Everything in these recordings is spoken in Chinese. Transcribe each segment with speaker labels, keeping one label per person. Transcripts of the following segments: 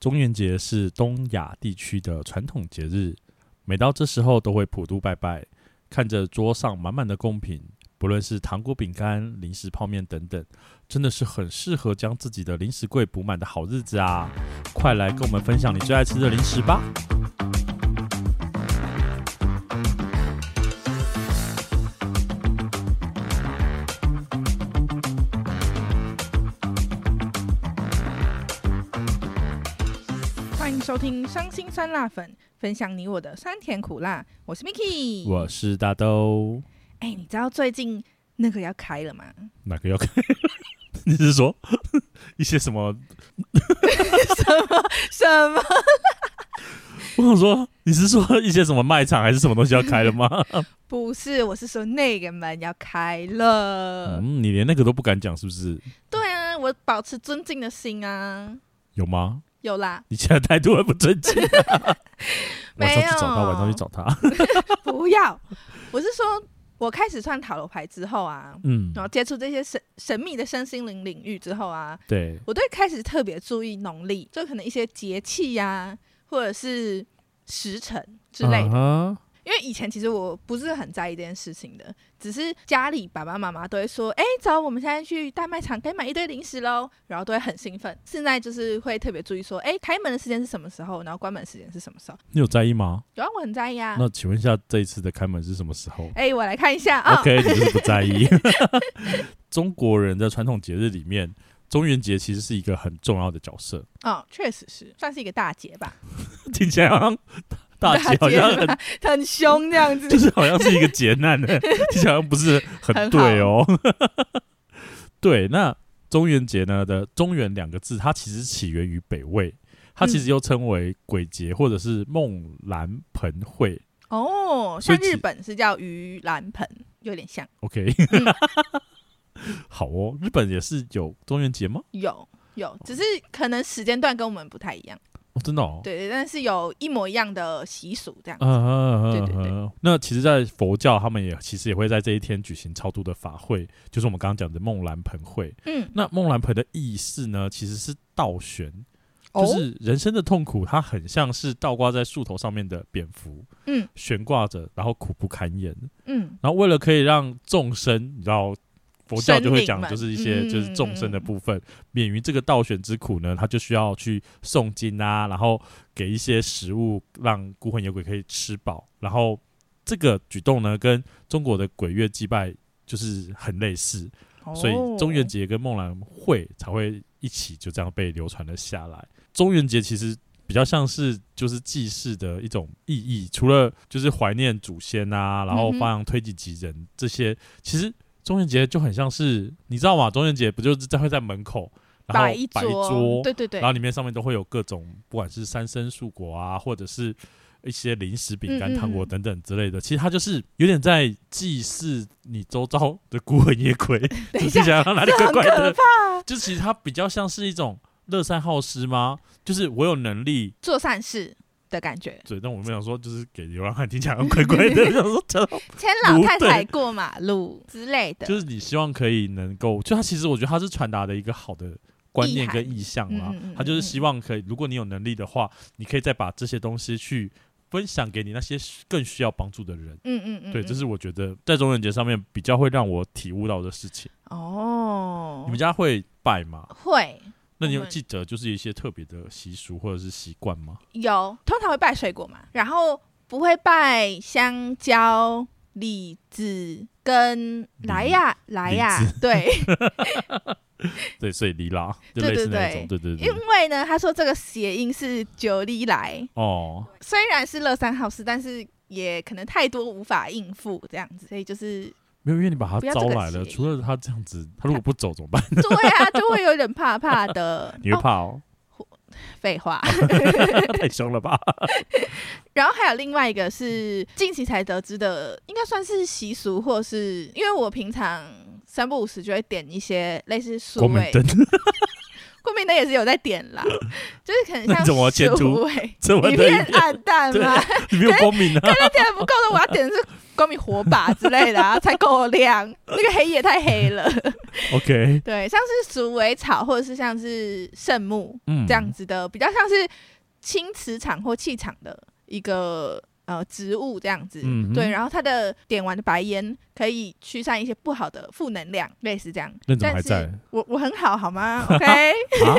Speaker 1: 中元节是东亚地区的传统节日，每到这时候都会普渡拜拜，看着桌上满满的贡品，不论是糖果、饼干、零食、泡面等等，真的是很适合将自己的零食柜补满的好日子啊！快来跟我们分享你最爱吃的零食吧！
Speaker 2: 欢迎收听《伤心酸辣粉》，分享你我的酸甜苦辣。我是 Miki。
Speaker 1: 我是大豆，
Speaker 2: 哎、你知道最近那个要开了吗？
Speaker 1: 哪个要看？ 你是说 一些什么？
Speaker 2: 什么？
Speaker 1: 我想说，你是说一些什么卖场还是什么东西要开了吗？
Speaker 2: 不是，我是说那个门要开了。
Speaker 1: 嗯，你连那个都不敢讲，是不是？
Speaker 2: 对啊，我保持尊敬的心啊。
Speaker 1: 有吗？
Speaker 2: 有 啦，
Speaker 1: 你现在态度很不正经、 晚上去找他，
Speaker 2: 没有
Speaker 1: 晚上去找他。
Speaker 2: 不要。我是说，我开始算塔罗牌之后啊，
Speaker 1: 嗯，
Speaker 2: 然后接触这些神神秘的身心灵领域之后啊，
Speaker 1: 对，
Speaker 2: 我对开始特别注意农历，就可能一些节气呀、或者是时辰之类的。
Speaker 1: 的。
Speaker 2: 因为以前其实我不是很在意这件事情的，只是家里爸爸妈妈都会说：“哎、走，我们现在去大卖场，该买一堆零食喽。”然后都会很兴奋。现在就是会特别注意说：“哎、开门的时间是什么时候？然后关门时间是什么时候
Speaker 1: 你有在意吗？？”
Speaker 2: 有啊，我很在意啊。
Speaker 1: 那请问一下，这一次的开门是什么时候
Speaker 2: 哎、我来看一下啊。
Speaker 1: ？OK，你就是不在意。 中国人的传统节日里面，中元节其实是一个很重要的角色，
Speaker 2: 哦，确实是算是一个大节吧，
Speaker 1: 听起来好像 大姐好像很
Speaker 2: 吧 很凶这 样 子
Speaker 1: 就。是好像是一个劫难 的，听起来好像不是很对哦。 对，那中元节呢的“中元”两个字，它其实起源于北魏，它其实又称为鬼节或者是梦兰盆会。
Speaker 2: 哦，
Speaker 1: 所以
Speaker 2: 像
Speaker 1: 其
Speaker 2: 日本是叫盂兰盆，有点像，
Speaker 1: OK，、好哦，日本也是有中元节吗？
Speaker 2: 有有，只是可能时间段跟我们不太一样。
Speaker 1: 哦，真的哦。
Speaker 2: 对对，但是有一模一样的习俗这样子。
Speaker 1: 嗯。嗯
Speaker 2: 对
Speaker 1: 嗯
Speaker 2: 对对
Speaker 1: 嗯，那其实，在佛教，他们也其实也会在这一天举行超度的法会，就是我们刚刚讲的梦兰盆会。
Speaker 2: 嗯，
Speaker 1: 那梦兰盆的意思呢，其实是倒悬，
Speaker 2: 哦
Speaker 1: 就是人生的痛苦，它很像是倒挂在树头上面的蝙蝠，
Speaker 2: 嗯
Speaker 1: 悬挂着，然后苦不堪言。
Speaker 2: 嗯，
Speaker 1: 然后为了可以让众生，你知道佛教就会讲，
Speaker 2: 生灵们
Speaker 1: 就是一些
Speaker 2: 嗯
Speaker 1: 就是众生的部分，免于这个倒悬之苦呢，他就需要去诵经啊，然后给一些食物让孤魂野鬼可以吃饱。然后这个举动呢，跟中国的鬼月祭拜就是很类似，
Speaker 2: 哦
Speaker 1: 所以中元
Speaker 2: 节
Speaker 1: 节跟梦兰会才会一起就这样被流传了下来。中元节其实比较像是就是祭祀的一种意义，除了就是怀念祖先啊，然后
Speaker 2: 嗯哼
Speaker 1: 发扬推己及人、这些，其实中元节就很像是你知道吗？中元节不就是在会在门口然后
Speaker 2: 哦摆
Speaker 1: 摆
Speaker 2: 一
Speaker 1: 桌
Speaker 2: 对对对
Speaker 1: 然，后里面上面都会有各种，不管是三生树果啊，或者是一些零食、饼干、
Speaker 2: 嗯嗯
Speaker 1: 糖果
Speaker 2: 嗯
Speaker 1: 等等之类的。其实它就是有点在祭祀你周遭的孤魂野鬼，
Speaker 2: 等
Speaker 1: 只
Speaker 2: 一
Speaker 1: 是
Speaker 2: 下，
Speaker 1: 想让哪里怪
Speaker 2: 很
Speaker 1: 怪
Speaker 2: 可
Speaker 1: 的
Speaker 2: 怕。，
Speaker 1: 就其实它比较像是一种乐善好施吗？就是我有能力，
Speaker 2: 做善事的感觉。
Speaker 1: 对，但我没想说就是给流浪汉听起来很怪怪 的，想说这
Speaker 2: 牵老太
Speaker 1: 不对
Speaker 2: 太过马路之类的，
Speaker 1: 就是你希望可以能够，就他其实我觉得他是传达的一个好的观念
Speaker 2: 意涵
Speaker 1: 跟意向啦
Speaker 2: 嗯嗯嗯，
Speaker 1: 他就是希望可以，如果你有能力的话，你可以再把这些东西去分享给你那些更需要帮助的人。
Speaker 2: 嗯嗯嗯，
Speaker 1: 对，这
Speaker 2: 嗯
Speaker 1: 是我觉得在中元节上面比较会让我体悟到的事情。
Speaker 2: 哦，
Speaker 1: 你们家会拜吗？
Speaker 2: 会
Speaker 1: 那你有
Speaker 2: 我们
Speaker 1: 记得就是一些特别的习俗或者是习惯吗？
Speaker 2: 有通常会拜水果嘛，然后不会拜香蕉、李子跟来呀来呀
Speaker 1: 李，
Speaker 2: 对，
Speaker 1: 对，所以离 啦，就
Speaker 2: 对
Speaker 1: 类似
Speaker 2: 对
Speaker 1: 那种，对对对
Speaker 2: 因，为呢，他说这个谐音是九里来，
Speaker 1: 哦，
Speaker 2: 虽然是乐三好事，但是也可能太多无法应付这样子，所以就是
Speaker 1: 没有，因为你把他
Speaker 2: 不要这
Speaker 1: 招
Speaker 2: 个
Speaker 1: 来了，
Speaker 2: 谐
Speaker 1: 除了他这样子，他如果不走怎么办？。
Speaker 2: 对啊，就会有点怕怕 的
Speaker 1: 你会
Speaker 2: 哦？
Speaker 1: 怕哦，
Speaker 2: 废话。
Speaker 1: 太凶了 吧？
Speaker 2: 然后还有另外一个是近期才得知的，应该算是习俗，或是 因为我平常三不五时就会点一些类似数
Speaker 1: 国
Speaker 2: 位
Speaker 1: 门，灯。
Speaker 2: 过敏灯也是有在点 啦，就是可能
Speaker 1: 那
Speaker 2: 像
Speaker 1: 你怎么
Speaker 2: 十
Speaker 1: 监督
Speaker 2: 五哎，
Speaker 1: 这么
Speaker 2: 一
Speaker 1: 的
Speaker 2: 片暗淡嘛，
Speaker 1: 你没有光明啊
Speaker 2: 可！能点不够的，我要点的是光明火把之类的啊，才够亮。那个黑夜太黑了，
Speaker 1: OK，
Speaker 2: 对，像是鼠尾草或者是像是圣木
Speaker 1: 嗯，
Speaker 2: 这样子的，比较像是轻磁场或气场的一个呃植物这样子。
Speaker 1: 嗯哼
Speaker 2: 对，然后它的点完的白烟可以驱散一些不好的负能量，类似这样。
Speaker 1: 那你怎么还
Speaker 2: 但是
Speaker 1: 在
Speaker 2: 我我很好，好吗？OK。
Speaker 1: 啊？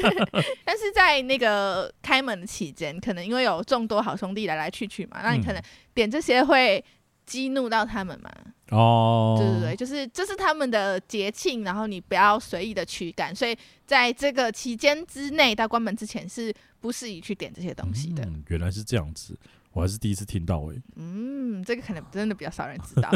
Speaker 2: 但是在那个开门的期间，可能因为有众多好兄弟来来去去嘛，那
Speaker 1: 嗯
Speaker 2: 你可能点这些会激怒到他们嘛？
Speaker 1: 哦，
Speaker 2: 对对对，就是这是他们的节庆，然后你不要随意的驱赶，所以在这个期间之内，到关门之前是不适宜去点这些东西的。
Speaker 1: 嗯，原来是这样子，我还是第一次听到欸诶、
Speaker 2: 嗯，这个可能真的比较少人知 道。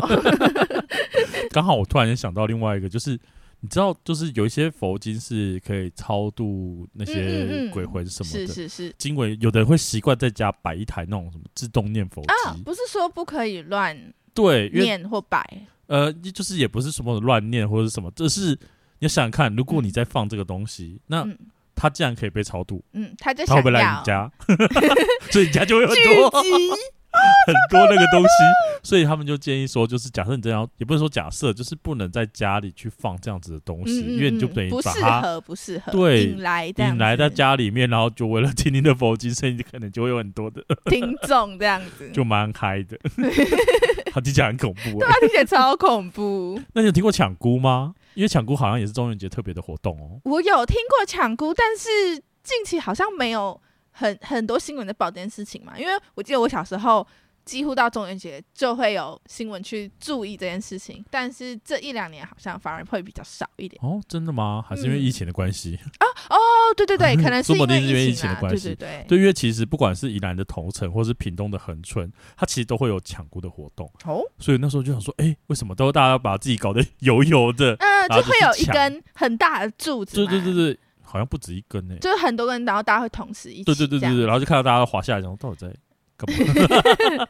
Speaker 1: 刚好我突然间想到另外一个，就是你知道，就是有一些佛经是可以超度那
Speaker 2: 嗯嗯
Speaker 1: 些
Speaker 2: 嗯
Speaker 1: 鬼魂什么的。
Speaker 2: 是是是
Speaker 1: 经文有的人会习惯在家摆一台那种什么自动念佛机，
Speaker 2: 啊，不是说不可以乱
Speaker 1: 对，因为
Speaker 2: 念或摆，
Speaker 1: 呃，就是也不是什么乱念或者是什么，这是你想想看，如果你在放这个东西，那
Speaker 2: 嗯
Speaker 1: 它竟然可以被超度，
Speaker 2: 嗯，他就
Speaker 1: 它
Speaker 2: 想
Speaker 1: 会不会来
Speaker 2: 要嗯
Speaker 1: 你 家？ 所以你家就会有很多
Speaker 2: 聚集。
Speaker 1: 很多那个东西，所以他们就建议说，就是假设你真的要，也不是说假设，就是不能在家里去放这样子的东西，因为你就等于
Speaker 2: 嗯不适
Speaker 1: 把它
Speaker 2: 合，不适合，
Speaker 1: 对
Speaker 2: 引来这样
Speaker 1: 引来
Speaker 2: 子
Speaker 1: 到家里面，然后就为了听你的佛经，所以你可能就会有很多 的，
Speaker 2: 听众这样子，
Speaker 1: 就蛮嗨 的。他听起来很恐怖、
Speaker 2: 对
Speaker 1: 欸。
Speaker 2: 啊，听起来超 恐怖。
Speaker 1: 那你有听过抢姑吗？因为抢姑好像也是中元节特别的活动哦。
Speaker 2: 我有听过抢姑，但是近期好像没有很很多新闻在报这件事情嘛，因为我记得我小时候。几乎到中元节就会有新闻去注意这件事情，但是这一两年好像反而会比较少一点。
Speaker 1: 哦，真的吗？还是因为
Speaker 2: 嗯
Speaker 1: 疫情的关系？
Speaker 2: 哦，对对对，可能是
Speaker 1: 说不定
Speaker 2: 因为
Speaker 1: 是因为疫
Speaker 2: 情
Speaker 1: 情
Speaker 2: 啊，
Speaker 1: 的关系
Speaker 2: 对对 对。
Speaker 1: 对，因为其实不管是宜兰的头城，或是屏东的恒春，它其实都会有抢姑的活动。
Speaker 2: 哦，
Speaker 1: 所以那时候就想说，哎、为什么都大家要把自己搞得油油 的？
Speaker 2: 嗯、
Speaker 1: 然后
Speaker 2: 就
Speaker 1: 就
Speaker 2: 会
Speaker 1: 去
Speaker 2: 有一
Speaker 1: 抢
Speaker 2: 根很大的柱子
Speaker 1: 对
Speaker 2: 嘛，
Speaker 1: 对对对，好像不止一根呢、
Speaker 2: 就是很多根，然后大家会同时一起，
Speaker 1: 对对对对对，，然后就看到大家都滑下来，然后到底在干嘛？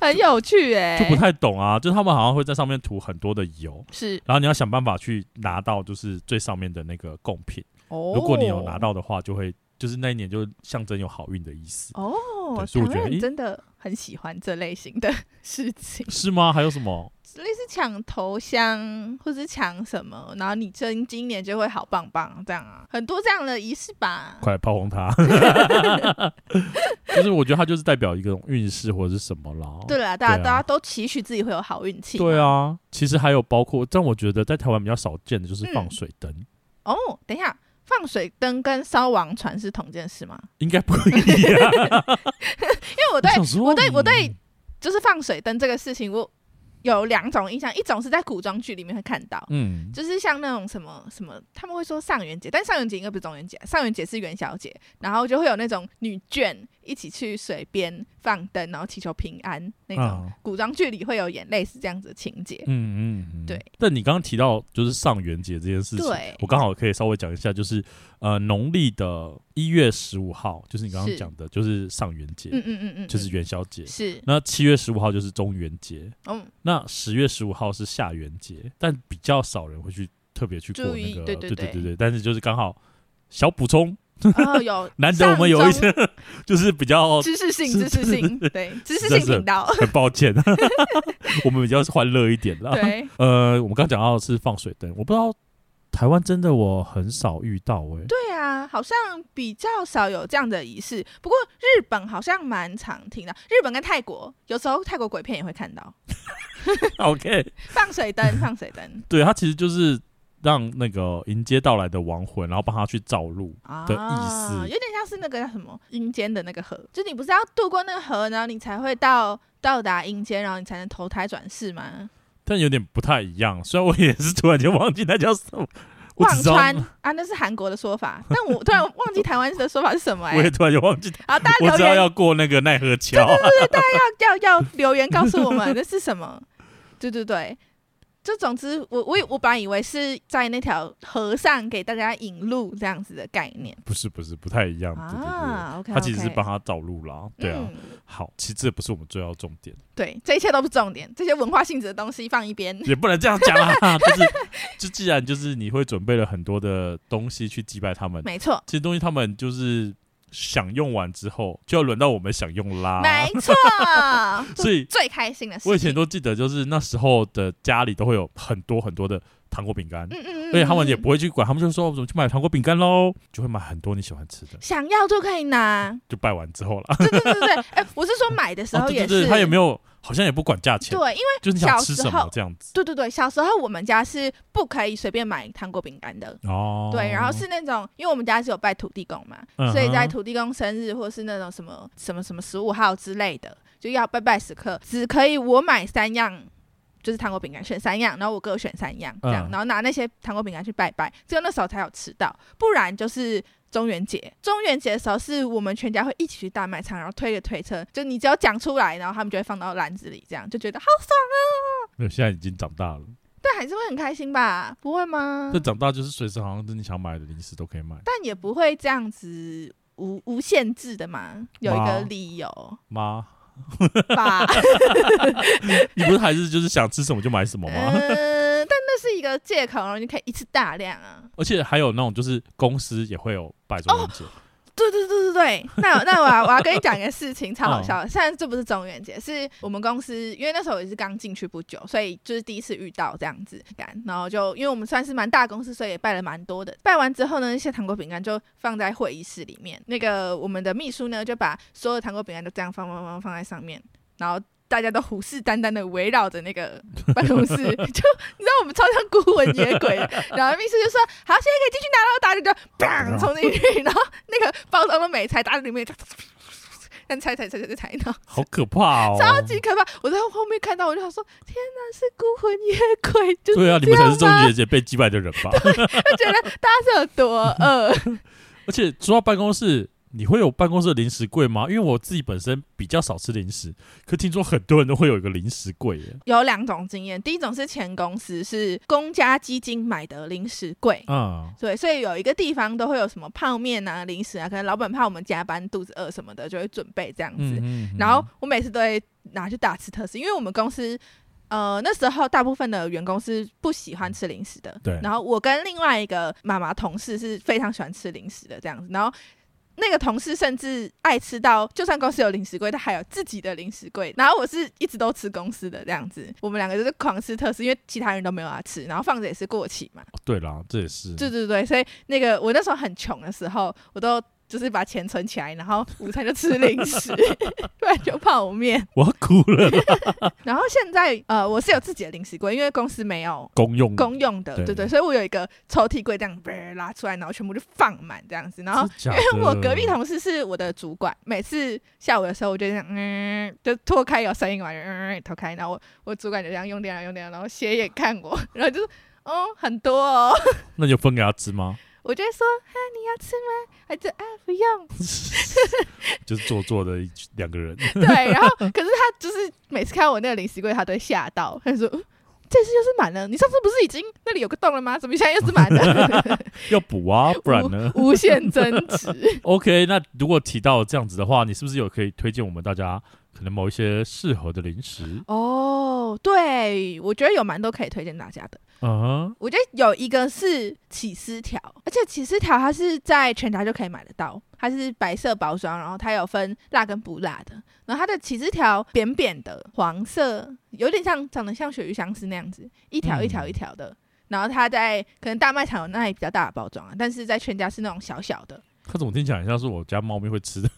Speaker 2: 很有趣哎、
Speaker 1: 就不太懂啊，就是他们好像会在上面涂很多的油，
Speaker 2: 是
Speaker 1: 然后你要想办法去拿到就是最上面的那个贡品，
Speaker 2: 哦。
Speaker 1: 如果你有拿到的话，就会就是那一年就象征有好运的意思，
Speaker 2: 哦
Speaker 1: 对，所以我
Speaker 2: 台
Speaker 1: 觉得诶
Speaker 2: 湾人真的很喜欢这类型的事情，
Speaker 1: 是吗？还有什么？
Speaker 2: 类似抢头香或是抢什么，然后你真今年就会好棒棒这样啊，很多这样的仪式吧。
Speaker 1: 快来炮轰 他！就是我觉得它就是代表一种运势或者是什么啦。
Speaker 2: 对了，大家、
Speaker 1: 对啊
Speaker 2: 大家都期许自己会有好运气。
Speaker 1: 对。啊，其实还有包括，但我觉得在台湾比较少见的就是放
Speaker 2: 嗯
Speaker 1: 水灯，
Speaker 2: 哦，等一下，放水灯跟烧王船是同件事吗？
Speaker 1: 应该不一样。
Speaker 2: 因为我 对
Speaker 1: 想说
Speaker 2: 我对我
Speaker 1: 嗯
Speaker 2: 对就是放水灯这个事情，我有两种印象，一种是在古装剧里面会看到，
Speaker 1: 嗯，
Speaker 2: 就是像那种什么什么，他们会说上元节，但上元节应该不是中元节，啊上元节是元宵节，然后就会有那种女眷一起去水边放灯，然后祈求平安那种。
Speaker 1: 啊
Speaker 2: 古装剧里会有演类似这样子的情节。
Speaker 1: 嗯嗯，嗯
Speaker 2: 对。
Speaker 1: 但你刚刚提到就是上元节这件事情，
Speaker 2: 对
Speaker 1: 我刚好可以稍微讲一下，就是呃农历的一月十五号，就是你刚刚
Speaker 2: 是
Speaker 1: 讲的，就是上元节，
Speaker 2: 嗯嗯嗯嗯，
Speaker 1: 就是
Speaker 2: 嗯
Speaker 1: 元宵节。
Speaker 2: 是
Speaker 1: 那七月十五号就是中元节，
Speaker 2: 嗯，
Speaker 1: 那十月十五号是下元节，但比较少人会去特别去过
Speaker 2: 注
Speaker 1: 那
Speaker 2: 意
Speaker 1: 个，
Speaker 2: 对
Speaker 1: 对
Speaker 2: 对
Speaker 1: 对
Speaker 2: 对
Speaker 1: 对。但是就是刚好小补充，，
Speaker 2: 哦有
Speaker 1: 难得我们有一些 就是比较
Speaker 2: 知识性
Speaker 1: 是
Speaker 2: 知识性，对知识
Speaker 1: 真
Speaker 2: 性
Speaker 1: 是
Speaker 2: 频道，
Speaker 1: 很抱歉，啊 我们比较欢乐一点啦。
Speaker 2: 对，
Speaker 1: 呃，我们刚讲到的是放水灯，我不知道台湾真的我很少遇到哎、
Speaker 2: 对啊，好像比较少有这样的仪式。不过日本好像蛮常听到，日本跟泰国有时候泰国鬼片也会看到
Speaker 1: OK，
Speaker 2: 放水灯，放水灯
Speaker 1: 对，它其实就是让那个迎接到来的亡魂，然后帮他去照路。
Speaker 2: 啊
Speaker 1: 的意思
Speaker 2: 有点像是那个叫什么阴间的那个河，就你不是要渡过那个河，然后你才会到到达阴间，然后你才能投胎转世吗？
Speaker 1: 但有点不太一样，虽然我也是突然间忘记那叫什么，我只
Speaker 2: 忘
Speaker 1: 知道，
Speaker 2: 川啊，那是韩国的 说法，但我突然忘记台湾的说法是什么哎、
Speaker 1: 我也突然间忘记，
Speaker 2: 好，大
Speaker 1: 我知
Speaker 2: 家留
Speaker 1: 道
Speaker 2: 言
Speaker 1: 要过那个奈何桥，
Speaker 2: 要要留言告诉我们 那是什么？对对对，就总之我我以我本来以为是在那条河上给大家引路这样子的概念
Speaker 1: 不是不是不太一样，对对对，
Speaker 2: 啊。OK，
Speaker 1: 他其实是
Speaker 2: OK
Speaker 1: 帮他照路啦，对啊。
Speaker 2: 嗯
Speaker 1: 好，其实这不是我们最要重点，
Speaker 2: 对，这一切都不是重点，这些文化性质的东西放一边。
Speaker 1: 也不能这样讲啦。 就是，就既然就是你会准备了很多的东西去祭拜他们，
Speaker 2: 没错，
Speaker 1: 这些东西他们就是享用完之后，就要轮到我们享用啦。，
Speaker 2: 没错
Speaker 1: 所 以
Speaker 2: 最开心的事
Speaker 1: 啊
Speaker 2: 情。
Speaker 1: 我以前都记得，就是那时候的家里都会有很多很多的糖果饼干，
Speaker 2: 嗯，嗯嗯嗯，
Speaker 1: 而且他们也
Speaker 2: 嗯
Speaker 1: 不会去管，他们就说哦我们去买糖果饼干喽，就会买很多你喜欢吃的，
Speaker 2: 想要就可 以拿。
Speaker 1: 就拜完之后啦。
Speaker 2: 对对对对，对哎，我是说买的时
Speaker 1: 哦，
Speaker 2: 候
Speaker 1: 对
Speaker 2: 也
Speaker 1: 对
Speaker 2: 是，
Speaker 1: 对，他也没有，好像也不管价钱，
Speaker 2: 对，因为
Speaker 1: 就是你想吃什
Speaker 2: 小时
Speaker 1: 么
Speaker 2: 候
Speaker 1: 这样子。
Speaker 2: 对对对，小时候我们家是不可以随便买糖果饼干的。
Speaker 1: 哦，
Speaker 2: 对，然后是那种，因为我们家是有拜土地公嘛，
Speaker 1: 嗯哼
Speaker 2: 所以在土地公生日或是那种什么什么什么十五号之类的，就要拜拜时刻，只可以我买三样，就是糖果饼干选三样，然后我哥选三样这样，
Speaker 1: 嗯
Speaker 2: 然后拿那些糖果饼干去拜拜，只有那时候才有吃到，不然就是。中元节，中元节的时候是我们全家会一起去大卖场，然后推个推车，就你只要讲出来，然后他们就会放到篮子里，这样就觉得好爽啊！
Speaker 1: 没有，现在已经长大了。
Speaker 2: 但还是会很开心吧？不会吗？
Speaker 1: 但长大就是随时好像是你想买的零食都可以买。
Speaker 2: 但也不会这样子无无限制的嘛，有一
Speaker 1: 哇哦
Speaker 2: 个理由
Speaker 1: 妈，
Speaker 2: 吧。
Speaker 1: 你不是还是就是想吃什么就买什么吗？
Speaker 2: 嗯，但那是一个借口，然后你可以一次大量啊。
Speaker 1: 而且还有那种就是公司也会有拜中元节，
Speaker 2: 哦对对对对对，那那我要我要跟你讲一个事情，超好笑的。虽然这不是中元节，是我们公司，因为那时候我也是刚进去不久，所以就是第一次遇到这样子感。然后就因为我们算是蛮大公司，所以也拜了蛮多的。拜完之后呢，那些糖果饼干就放在会议室里面。那个我们的秘书呢，就把所有糖果饼干都这样放放放放在上面，然后。大家都虎视眈眈的围绕着那个办公室，就你知道我们超像孤魂野鬼的。然后秘书就说：“好，现在可以进去拿了。”大家就砰冲进去，然后那个包装都没拆，打到里面就但拆拆拆拆拆拆，然后
Speaker 1: 好可怕哦！
Speaker 2: 超级可怕。我在后面看到，我就想说：天哪，是孤魂野鬼！就是
Speaker 1: 对啊，你
Speaker 2: 这
Speaker 1: 们才
Speaker 2: 样
Speaker 1: 是中
Speaker 2: 吗
Speaker 1: 元节被击败的人吧？
Speaker 2: 就觉得大家是有多饿。
Speaker 1: 而且说到办公室，你会有办公室的零食柜吗？因为我自己本身比较少吃零食，可听说很多人都会有一个零食柜耶。
Speaker 2: 有两种经验，第一种是前公司是公家基金买的零食柜。
Speaker 1: 啊、
Speaker 2: 对，所以有一个地方都会有什么泡面啊、零食啊，可能老板怕我们加班肚子饿什么的，就会准备这样子。
Speaker 1: 嗯嗯
Speaker 2: 然后我每次都会拿去大吃特吃，因为我们公司呃那时候大部分的员工是不喜欢吃零食的，
Speaker 1: 对
Speaker 2: 然后我跟另外一个妈妈同事是非常喜欢吃零食的这样子，然后。那个同事甚至爱吃到，就算公司有零食柜，他还有自己的零食柜。然后我是一直都吃公司的这样子，我们两个就是狂吃特吃，因为其他人都没有要吃，然后放着也是过期嘛。
Speaker 1: 哦对啦，这也是
Speaker 2: 对对对，所以那个我那时候很穷的时候，我都就是把钱存起来，然后午餐就吃零食， 不然就泡面。
Speaker 1: 我要哭了啦，
Speaker 2: 然后现在呃，我是有自己的零食柜，因为公司没有
Speaker 1: 公用
Speaker 2: 公用的，
Speaker 1: 嗯对
Speaker 2: 对对，所以我有一个抽屉柜这样啵拉出来，然后全部就放满这样子。然后
Speaker 1: 因
Speaker 2: 因为我隔壁同事是我的主管，每次下午的时候我就这样，嗯，就拖开有声音嘛，嗯，拖开，然后我我主管就这样用电脑用电脑，然后斜眼看我，然后就说，哦，很多哦。
Speaker 1: 那你有分给他吃吗？
Speaker 2: 我就会说：“哈，你要吃吗？”还是啊，不用。
Speaker 1: 就是做作的一两个人，
Speaker 2: 对，然后可是他就是每次看我那个零食柜，他都会吓到，他就说嗯：“这次又是满了，你上次不是已经那里有个洞了吗？怎么现在又是满了？”
Speaker 1: 要补啊，不然呢
Speaker 2: 无限增值。
Speaker 1: ？OK，那如果提到这样子的话，你是不是有可以推荐我们大家可能某一些适合的零食？
Speaker 2: 哦，对，我觉得有蛮多可以推荐大家的。
Speaker 1: 嗯哼，
Speaker 2: 我觉得有一个是起司条，而且起司条它是在全家就可以买得到，它是白色包装，然后它有分辣跟不辣的。然后它的起司条扁扁的，黄色，有点像长得像鳕鱼香丝那样子，一条一条
Speaker 1: 嗯
Speaker 2: 一条的。然后它在可能大卖场有那里比较大的包装啊，但是在全家是那种小小的。
Speaker 1: 它怎么听起来很像是我家猫咪会吃 的？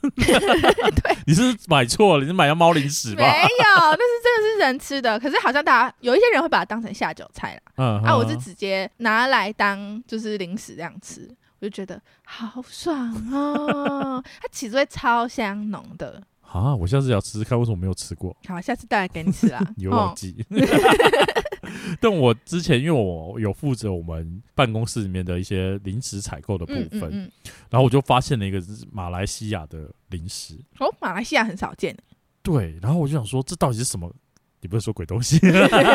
Speaker 1: 你是不是买错了，你是买到猫零食
Speaker 2: 没
Speaker 1: 吧？
Speaker 2: 有，那是真的是人吃的，可是好像大家有一些人会把它当成下酒菜啦。
Speaker 1: 嗯哼
Speaker 2: 啊，我是直接拿来当就是零食这样吃，我就觉得好爽 哦！它起司会超香浓的。
Speaker 1: 啊，我下次也要吃吃看，为什么没有吃过？。
Speaker 2: 好，下次带来给你 吃啦
Speaker 1: 你又忘
Speaker 2: 哦，
Speaker 1: 记？ 但我之前因为我有负责我们办公室里面的一些零食采购的部
Speaker 2: 嗯
Speaker 1: 分，
Speaker 2: 嗯嗯，
Speaker 1: 然后我就发现了一个是马来西亚的零食，
Speaker 2: 哦，马来西亚很少见，
Speaker 1: 对，然后我就想说这到底是什么？你不是说鬼东 西？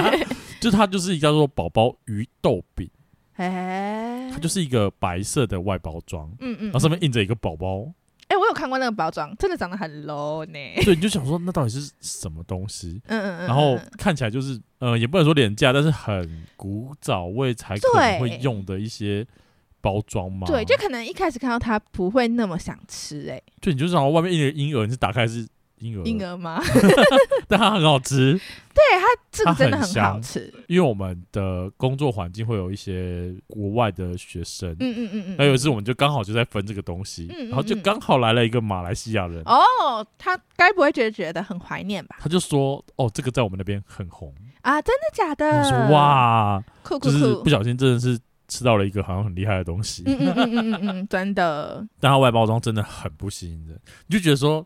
Speaker 1: 就它就是一个叫做宝宝鱼豆饼，
Speaker 2: 哎，嗯
Speaker 1: 它就是一个白色的外包装，
Speaker 2: 嗯嗯，
Speaker 1: 然后上面印着一个宝宝，
Speaker 2: 哎，我有看过那个包装，真的长得很 low 呢。
Speaker 1: 对，你就想说那到底是什么东西？
Speaker 2: 嗯嗯嗯。
Speaker 1: 然后
Speaker 2: 嗯嗯
Speaker 1: 看起来就是，呃，也不能说廉价，但是很古早味才可能会
Speaker 2: 对
Speaker 1: 用的一些包装嘛。
Speaker 2: 对，就可能一开始看到它不会那么想吃、欸，哎，
Speaker 1: 就你就想到外面一个婴儿，你是打开是婴儿，
Speaker 2: 婴儿 吗？
Speaker 1: 但它很好吃，
Speaker 2: 这个真的
Speaker 1: 它很
Speaker 2: 很好
Speaker 1: 香
Speaker 2: 吃。
Speaker 1: 因为我们的工作环境会有一些国外的学生。
Speaker 2: 嗯嗯嗯嗯。
Speaker 1: 还有一次，我们就刚好就在分这个东西，
Speaker 2: 嗯嗯
Speaker 1: 然后就
Speaker 2: 嗯
Speaker 1: 刚好来了一个马来西亚人，
Speaker 2: 哦，他该不会觉得觉得很怀念吧？
Speaker 1: 他就说：“哦，这个在我们那边很红。
Speaker 2: 啊，真的假
Speaker 1: 我
Speaker 2: 的？
Speaker 1: 说：“，哇，
Speaker 2: 酷酷
Speaker 1: 就是
Speaker 2: 酷
Speaker 1: 不！小心真的是吃到了一个好像很厉害的东西。
Speaker 2: 嗯嗯嗯嗯嗯嗯，真的，
Speaker 1: 但它外包装真的很不吸引人，你就觉得说，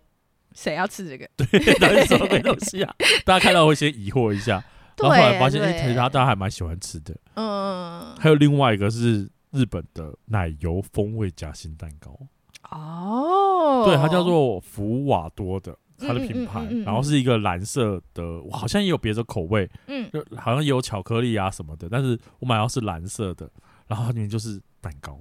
Speaker 2: 谁要吃这个？
Speaker 1: 嘿到底是什么鬼东西啊？大家看到会先疑惑一下，然后
Speaker 2: 对，
Speaker 1: 后来发现，哎、
Speaker 2: 对
Speaker 1: 其实它大家还蛮喜欢吃的。
Speaker 2: 嗯，
Speaker 1: 还有另外一个是日本的奶油风味夹心蛋糕，
Speaker 2: 哦，
Speaker 1: 对，它叫做福瓦多的。它的
Speaker 2: 嗯嗯
Speaker 1: 品牌，
Speaker 2: 嗯嗯嗯
Speaker 1: 然后是一个蓝色的，好像也有别的口味，
Speaker 2: 嗯，
Speaker 1: 就好像也有巧克力啊什么的，但是我买到是蓝色的，然后它里面就是蛋糕。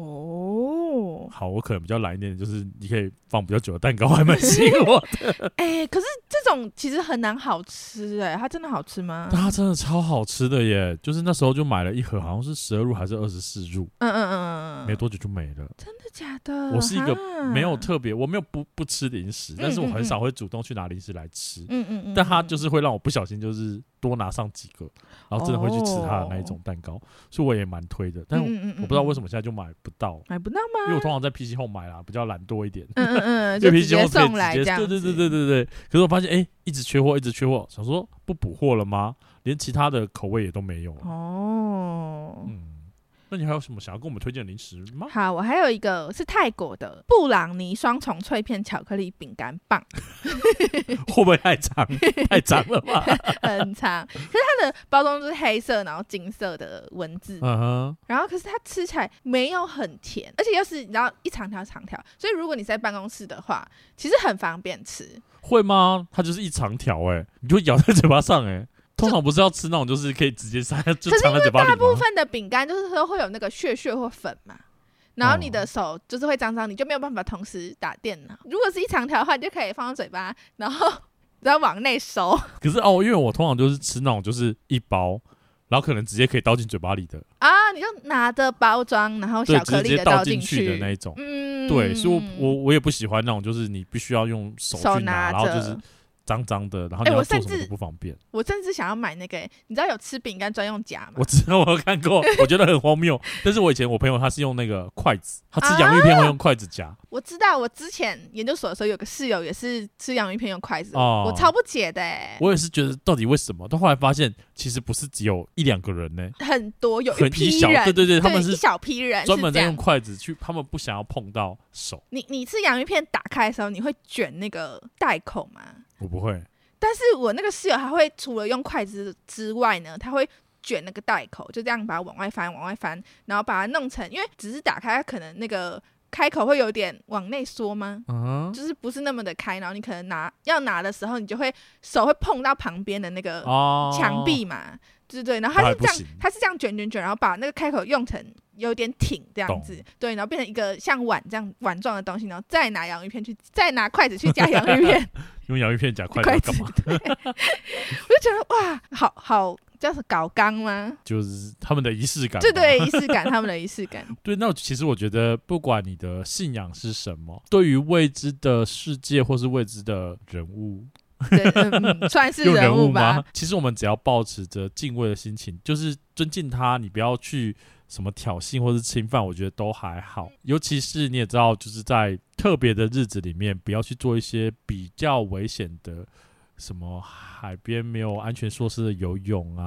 Speaker 2: 哦，
Speaker 1: 好，我可能比较懒一点，就是你可以放比较久的蛋糕，还蛮吸引我的。
Speaker 2: 哎，可是这种其实很难好吃，哎，它真的好吃吗？
Speaker 1: 但它真的超好吃的耶！就是那时候就买了一盒，好像是十二入还是二十四入，
Speaker 2: 嗯嗯嗯嗯，
Speaker 1: 没
Speaker 2: 真
Speaker 1: 多久就没了。
Speaker 2: 的假的？
Speaker 1: 我是一个
Speaker 2: 哈
Speaker 1: 没有，特别，我没有不不吃零食，但是我
Speaker 2: 嗯嗯
Speaker 1: 很少会主动去拿零食来吃。
Speaker 2: 嗯嗯嗯，
Speaker 1: 但它就是是会让我不小心就是多拿上几个，然后真的会去吃它的那一种蛋糕，
Speaker 2: 哦
Speaker 1: 所以我也蛮推的。但我
Speaker 2: 我
Speaker 1: 不知道为什
Speaker 2: 么
Speaker 1: 么现在就买不到，
Speaker 2: 嗯买不到吗？
Speaker 1: 因为我通常在 PC 后买啦，比较懒惰一点。
Speaker 2: 嗯 嗯嗯，
Speaker 1: 就
Speaker 2: 啊就
Speaker 1: 皮
Speaker 2: 直
Speaker 1: 筋我可
Speaker 2: 接
Speaker 1: 以
Speaker 2: 送
Speaker 1: 直
Speaker 2: 来
Speaker 1: 接
Speaker 2: 这样，
Speaker 1: 对对对对，对对。可是我发现，哎、一直缺货，一直缺货，想说不补货了吗？连其他的口味也都没有了。
Speaker 2: 哦。
Speaker 1: 嗯，那你还有什么想要跟我们推荐的零食吗？
Speaker 2: 好，我还有一个是泰国的布朗尼双重脆片巧克力饼干棒，
Speaker 1: 会不会太长太长了 吧？
Speaker 2: 很长，可是它的包装就是黑色，然后金色的文字，
Speaker 1: 嗯哼，
Speaker 2: 然后可是它吃起来没有很甜，而且又是你知道一长条长条，所以如果你在办公室的话，其实很方便吃。
Speaker 1: 会吗？它就是一长条，哎，你就咬在嘴巴上、哎。通常不是要吃那种，就是可以直接塞，就
Speaker 2: 可是
Speaker 1: 藏在嘴巴里
Speaker 2: 大
Speaker 1: 吗？
Speaker 2: 部分的饼干就是说会有那个屑屑或粉嘛。然后你
Speaker 1: 哦
Speaker 2: 的手就是会脏脏，你就没有办法同时打电脑。如果是一长条的话，你就可以放到嘴巴，然后 然后往内收。
Speaker 1: 可是哦，因为我通常就是吃那种，就是一包，然后可能直接可以倒进嘴巴里的，
Speaker 2: 啊，你就拿着包装，然后
Speaker 1: 对，
Speaker 2: 小
Speaker 1: 直
Speaker 2: 颗粒
Speaker 1: 接
Speaker 2: 的
Speaker 1: 倒
Speaker 2: 进
Speaker 1: 去的那一种。
Speaker 2: 嗯，
Speaker 1: 对，所以我我我也不喜欢那种，就是你必须要用手
Speaker 2: 手
Speaker 1: 去拿，
Speaker 2: 拿
Speaker 1: 然后就
Speaker 2: 着
Speaker 1: 是脏脏的，然后
Speaker 2: 哎
Speaker 1: 你要
Speaker 2: 我
Speaker 1: 做
Speaker 2: 甚
Speaker 1: 什么都
Speaker 2: 至
Speaker 1: 不方便。
Speaker 2: 我甚至想要买那个，欸你知道有吃饼干专用夹吗
Speaker 1: 我？知道我有看 过，我觉得很荒谬。但是我以前我朋友他是用那个筷子，他吃洋芋
Speaker 2: 啊
Speaker 1: 片会用筷子夹，
Speaker 2: 我知道，我之前研究所的时候有个室友也是吃洋芋片用筷子，
Speaker 1: 哦
Speaker 2: 我超不解的、欸，
Speaker 1: 我也是觉得到底为什么？但后来发现其实不是只有一两个人呢、
Speaker 2: 很多有
Speaker 1: 很一
Speaker 2: 批
Speaker 1: 小
Speaker 2: 人，
Speaker 1: 对对对他们是
Speaker 2: 一小批人是
Speaker 1: 专门
Speaker 2: 这
Speaker 1: 在
Speaker 2: 样
Speaker 1: 用筷子去，他们不想要碰到手。
Speaker 2: 你你吃洋芋片打开的时候，你会卷那个袋口吗？
Speaker 1: 我不会，
Speaker 2: 但是我那个室友还会除了用筷子之外呢，他会卷那个袋口，就这样把它往外翻，往外翻，然后把它弄成，因为只是打开，它可能那个开口会有点往内缩吗？
Speaker 1: 嗯哼，
Speaker 2: 就是不是那么的开，然后你可能拿要拿的时候，你就会手会碰到旁边的那个
Speaker 1: 哦，
Speaker 2: 墙壁嘛，对对对，然后它
Speaker 1: 那还
Speaker 2: 是
Speaker 1: 不
Speaker 2: 这样
Speaker 1: 行，
Speaker 2: 它是这样卷卷卷，然后把那个开口用成有点挺这样子
Speaker 1: 懂，
Speaker 2: 对，然后变成一个像碗这样碗状的东西，然后再拿洋芋片去，再拿筷子去夹洋芋片，
Speaker 1: 用洋芋片夹筷子
Speaker 2: 筷
Speaker 1: 要
Speaker 2: 子
Speaker 1: 干嘛？
Speaker 2: 我就觉得哇，好好叫是搞刚吗？
Speaker 1: 就是他们的仪式感。
Speaker 2: 对。对，仪式感，他们的仪式感，
Speaker 1: 对，那其实我觉得，不管你的信仰是什么，对于未知的世界或是未知的人物，
Speaker 2: 对，嗯，算是
Speaker 1: 用人
Speaker 2: 物吧
Speaker 1: 吗？？其实我们只要保持着敬畏的心情，就是尊敬他，你不要去什么挑衅或是侵犯，我觉得都还好。尤其是你也知道，就是在特别的日子里面，不要去做一些比较危险的，什么海边没有安全措施的游泳啊，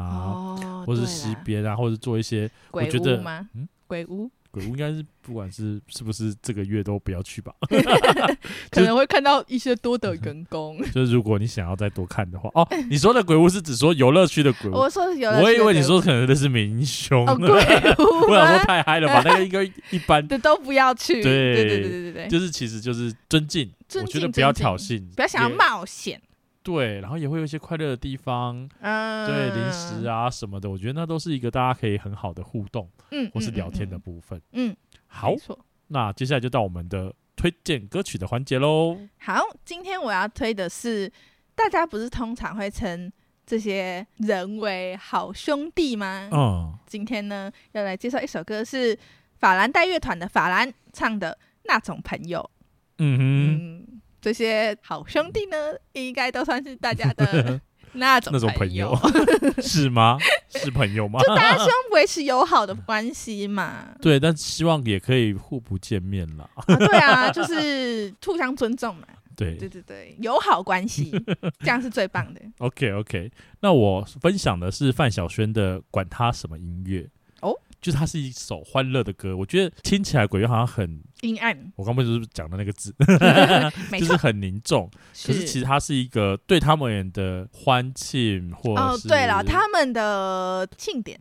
Speaker 2: 哦，
Speaker 1: 或是
Speaker 2: 对
Speaker 1: 溪
Speaker 2: 啦
Speaker 1: 边啊，或者做一些
Speaker 2: 鬼
Speaker 1: 我觉得
Speaker 2: 屋吗
Speaker 1: 嗯？
Speaker 2: 鬼屋
Speaker 1: 鬼屋应该是不管是是不是这个月都不要去吧。
Speaker 2: 可能会看到一些多的 员工。
Speaker 1: 就是如果你想要再多看的话， 哦，你说的鬼屋是指说游乐区的鬼屋，
Speaker 2: 我说有，
Speaker 1: 我以为你说可能那是民雄，
Speaker 2: 哦，鬼屋
Speaker 1: 我想说
Speaker 2: 吗？
Speaker 1: 太嗨了 吧，那个应该一般，
Speaker 2: 的都不要去，
Speaker 1: 对
Speaker 2: 对对对对对对，
Speaker 1: 就是其实就是尊敬，
Speaker 2: 尊
Speaker 1: 我
Speaker 2: 敬
Speaker 1: 觉得不要
Speaker 2: 尊敬
Speaker 1: 挑衅，
Speaker 2: 不要想要
Speaker 1: 也，
Speaker 2: 冒险。
Speaker 1: 对，然后也会有一些快乐的地方，
Speaker 2: 嗯，
Speaker 1: 对，零食
Speaker 2: 啊，
Speaker 1: 啊什么的，我觉得那都是一个大家可以很好的互动
Speaker 2: 嗯，
Speaker 1: 或是
Speaker 2: 嗯
Speaker 1: 聊天的，部分。
Speaker 2: 嗯，嗯嗯
Speaker 1: 好
Speaker 2: 没，错
Speaker 1: 那接下来就到我们的。推荐歌曲的环节喽。
Speaker 2: 好，今天我要推的是，大家不是通常会称这些人为好兄弟吗？
Speaker 1: 嗯，
Speaker 2: 今天呢，要来介绍一首歌是法兰黛乐团的法兰唱的《那种朋友》。
Speaker 1: 嗯哼，
Speaker 2: 嗯，这些好兄弟 呢，应该都算是大家的那种
Speaker 1: 那种朋
Speaker 2: 朋
Speaker 1: 友 是吗？是朋友吗？。
Speaker 2: 就大家希望维持友好的关系嘛
Speaker 1: 对，但希望也可以互不见面啦。
Speaker 2: 啊对啊，就是互相尊重嘛。
Speaker 1: 对
Speaker 2: 对对对，友好 关系这样是最棒的
Speaker 1: o k OK。那我分享的是范晓萱的《管他什么音乐》
Speaker 2: 哦，
Speaker 1: 就是它是一首欢乐的歌，我觉得听起来鬼月好像很，
Speaker 2: 阴暗，
Speaker 1: 我刚不是讲的那个字，
Speaker 2: 没
Speaker 1: 就是
Speaker 2: 错。
Speaker 1: 很凝重，可是其实它是一个对他们而言的欢庆或
Speaker 2: 哦，
Speaker 1: 是
Speaker 2: 对了，他们的庆典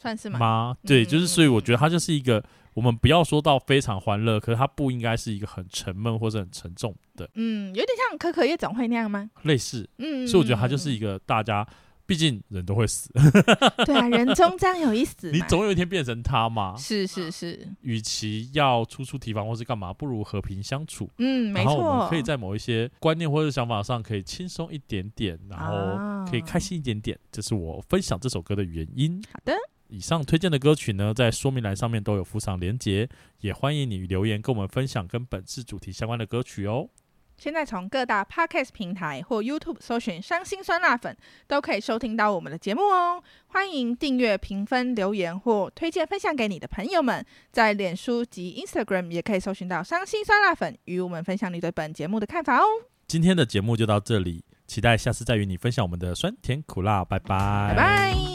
Speaker 2: 算是吗？
Speaker 1: 吗？对，就是
Speaker 2: 嗯
Speaker 1: 所以我觉得它就是一个，我们不要说到非常欢乐，可是它不应该是一个很沉闷或者很沉重的
Speaker 2: 嗯，有点像可可夜总会那样吗？
Speaker 1: 类似，
Speaker 2: 嗯，
Speaker 1: 所以我觉得它就是一个大家。毕竟人都会死，
Speaker 2: 对啊，人终将有一死 嘛。
Speaker 1: 你总有一天变成他嘛。
Speaker 2: 是是是，
Speaker 1: 与其要出出提防或是干嘛，不如和平相处。
Speaker 2: 嗯，没
Speaker 1: 然后我
Speaker 2: 错
Speaker 1: 们可，以在某一些观念或者想法上可以轻松一点点，然
Speaker 2: 啊
Speaker 1: 后可以开心一点点，这是我分享这首歌的原因。
Speaker 2: 好的，
Speaker 1: 以上推荐的歌曲呢，在说明栏上面都有附上连结，也欢迎你留言跟我们分享跟本次主题相关的歌曲哦。
Speaker 2: 现在从各大 podcast 平台或 YouTube 搜寻“伤心酸辣粉”，都可以收听到我们的节目哦。欢迎订阅、评分、留言或推荐分享给你的朋友们。在脸书及 Instagram 也可以搜寻到“伤心酸辣粉”，与我们分享你对本节目的看法哦。
Speaker 1: 今天的节目就到这里，期待下次再与你分享我们的酸甜苦辣，拜
Speaker 2: 拜拜。